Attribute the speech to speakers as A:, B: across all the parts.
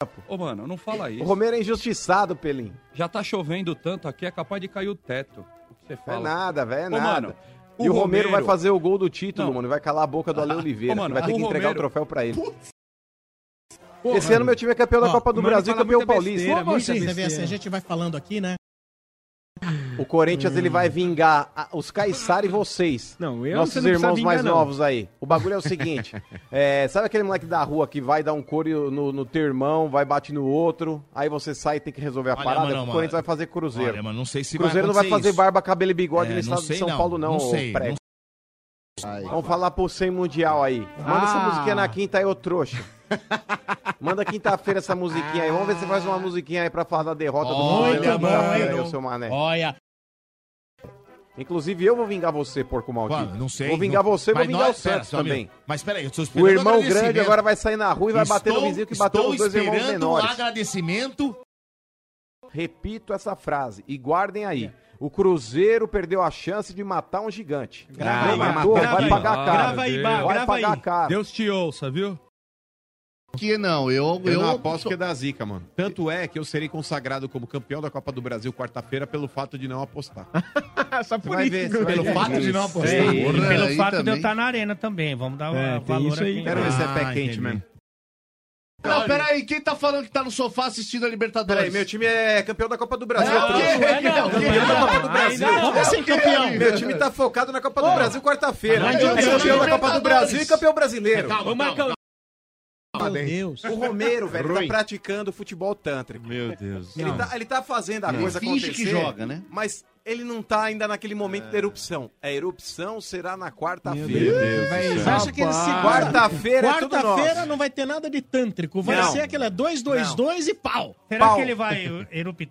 A: pô. Ô, mano, não fala isso.
B: O Romero é injustiçado, Pelim.
A: Já tá chovendo tanto aqui, é capaz de cair o teto. O que você
B: É
A: fala?
B: nada, velho, é
A: Ô,
B: nada.
A: mano,
B: e o Romero, vai fazer o gol do título,
A: Não.
B: mano. e Vai calar a boca do Ale Oliveira.
A: Ô,
B: que
A: mano,
B: vai ter
A: o
B: que entregar o
A: Romero-
B: troféu pra ele.
C: Porra,
B: Esse ano meu time é campeão da
C: Ó,
B: Copa do
C: mano,
B: Brasil e
C: fala
B: campeão
C: muita
B: paulista.
C: besteira,
B: Ô, mano,
C: muita
B: você-
C: besteira.
D: Você vê assim, a gente vai falando aqui, né?
B: O Corinthians ele vai vingar a- os Caissara e vocês.
C: Não, eu você
B: Nossos
C: não precisa
B: irmãos
C: vingar,
B: mais
C: não.
B: novos aí. O bagulho é o seguinte: é, sabe aquele moleque da rua que vai dar um couro no, no teu irmão, vai bater no outro, aí você sai e tem que resolver a
E: Olha,
B: parada?
E: mano,
B: o Corinthians vai
E: mano.
B: fazer Cruzeiro.
E: Olha, mano, não sei se
B: o Cruzeiro não vai
E: acontecer
B: fazer
E: isso.
B: barba, cabelo e bigode
E: É,
B: no
E: não
B: estado
E: sei
B: de São
E: não,
B: Paulo, não,
E: não
B: ô
E: sei,
B: prego.
E: não
B: Vamos falar pro 100 Mundial aí. Manda essa
C: Ah.
B: musiquinha na quinta aí, ô trouxa. Manda quinta-feira essa musiquinha aí. Vamos ver se você faz uma musiquinha aí pra falar da derrota
E: Olha,
B: do Cruzeiro na quinta-feira aí,
E: mano.
B: ô seu mané.
D: Olha,
B: Inclusive, eu vou vingar você, porco maldito.
E: Mano, não sei.
B: Vou vingar
E: não-
B: você, vou
E: Mas
B: vingar
E: nó-
B: o
E: pera,
B: Santos
E: só um
B: também.
E: minuto. Mas peraí, eu tô
B: O
E: esperando
B: irmão grande
E: agradecimento.
B: agora vai sair na rua e vai bater no
E: Estou-
B: vizinho que bateu nos dois irmãos
E: Estou esperando o
B: menores.
E: agradecimento.
B: Repito essa frase e guardem aí. O Cruzeiro perdeu a chance de matar um gigante.
C: Grava
B: Não
C: aí,
B: matou,
C: grava
B: vai
C: aí,
B: pagar caro.
C: grava aí, Bar,
B: vai
C: grava
B: pagar
C: aí.
B: caro.
F: Deus te ouça, viu?
E: Que não, eu...
G: Eu, não aposto que é da zica, mano. Tanto é que eu serei consagrado como campeão da Copa do Brasil quarta-feira pelo fato de não apostar.
C: Só por
G: vai
C: isso.
G: ver,
C: Bruno.
G: você vai
E: Pelo
G: ver.
E: fato de não apostar.
H: É, e
E: Porra,
H: pelo
E: aí
H: fato de eu
E: também.
C: tá
G: tá-
H: estar na arena também, vamos dar
C: É,
H: um
C: tem
H: valor
C: isso aí.
H: aqui.
G: Quero ver se é
E: Ah,
G: pé quente
E: entendi.
G: mesmo.
E: Não, peraí, quem tá falando que tá no sofá assistindo a Libertadores?
B: Peraí, meu time é campeão da Copa do Brasil.
E: Não,
B: trouxa.
E: não é, não.
B: Campeão da Copa do Brasil.
D: vamos ser campeão.
B: Meu time tá focado na Copa do Brasil quarta-feira.
H: Mas
B: É
H: eu-
B: campeão da Copa do
E: Libertadores.
B: Brasil e campeão brasileiro.
E: Calma, calma, calma.
D: Meu Deus.
B: O Romero, velho,
G: Ruim.
B: tá praticando futebol tântrico.
G: Meu Deus.
B: Ele tá, ele tá fazendo a
E: Ele
B: coisa
E: finge
B: acontecer.
E: que joga, né?
B: Mas ele não tá ainda naquele momento da erupção. A erupção será na
G: É. Meu
B: quarta-feira.
G: Deus. do
D: Você
G: céu.
D: acha que ele se
E: Ah.
B: Quarta-feira é tudo
D: Quarta-feira
B: nosso.
D: não vai ter nada de tântrico. Vai
B: Não.
D: ser aquela 2-2-2 e pau.
H: Será
B: Pau.
H: que ele vai eruptar?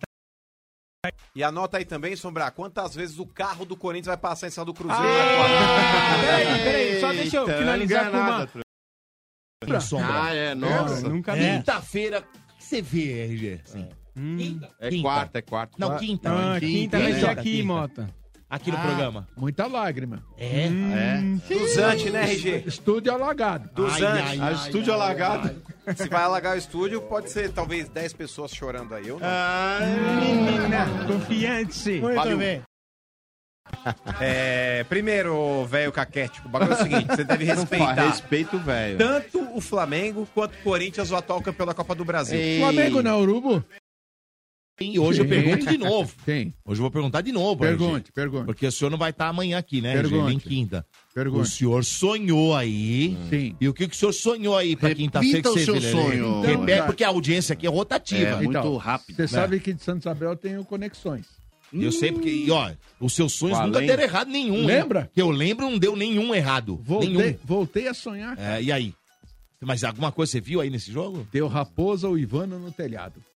B: E anota aí também, Sombrar, quantas vezes o carro do Corinthians vai passar em cima do Cruzeiro.
C: Ah, peraí, peraí, só deixa eu
G: Eita,
C: finalizar com uma...
G: enganada, trouxa. Ah, é, nossa.
E: um
C: Nunca vi.
D: É.
E: Quinta-feira, o que você vê, RG? Assim.
C: Hum.
G: É
E: Quinta.
G: quarta, é quarta.
E: Não, quinta.
C: Ah, quinta vai
E: né?
C: ser aqui,
E: Quinta.
C: Mota.
E: Aqui no
D: Ah.
E: programa.
I: Muita lágrima.
D: É.
C: Hum.
B: Duzante, né, RG?
I: Estúdio alagado.
B: Duzante.
G: A estúdio alagado.
B: Se vai alagar o estúdio, pode ser talvez 10 pessoas chorando aí. Eu não.
C: Menina,
H: Confiante.
D: Muito
G: Valeu.
D: bem.
B: É, primeiro, velho caquético, o bagulho é o seguinte, você deve respeitar
G: Respeito, velho.
B: tanto o Flamengo quanto o Corinthians, o atual campeão da Copa do Brasil.
I: Flamengo não, Urubu?
E: E hoje eu
I: Sim.
E: pergunto de novo.
I: Tem.
E: Hoje eu vou perguntar de novo, RG.
I: Pergunte, pergunte,
E: Porque o senhor não vai estar amanhã aqui, né, RG? Nem
I: Pergunte.
E: quinta. O
I: pergunte.
E: senhor sonhou aí.
I: Sim.
E: E o que, que o senhor sonhou aí pra quinta-feira que
J: o
E: você
J: seu
E: vê, Lelê?
J: sonho.
I: Então,
E: Repete,
I: cara.
E: porque a audiência aqui é rotativa.
I: Então,
J: Muito rápido.
I: Você sabe que de Santos Abel tenho conexões.
E: Eu sei porque, e ó, os seus sonhos
G: Valendo.
E: nunca deram errado nenhum. hein?
I: Lembra?
E: Que eu lembro, não deu nenhum errado.
I: Voltei,
E: Nenhum.
I: voltei a sonhar.
E: É, e aí? Mas alguma coisa você viu aí nesse jogo?
I: Deu Raposa ou Ivano no telhado.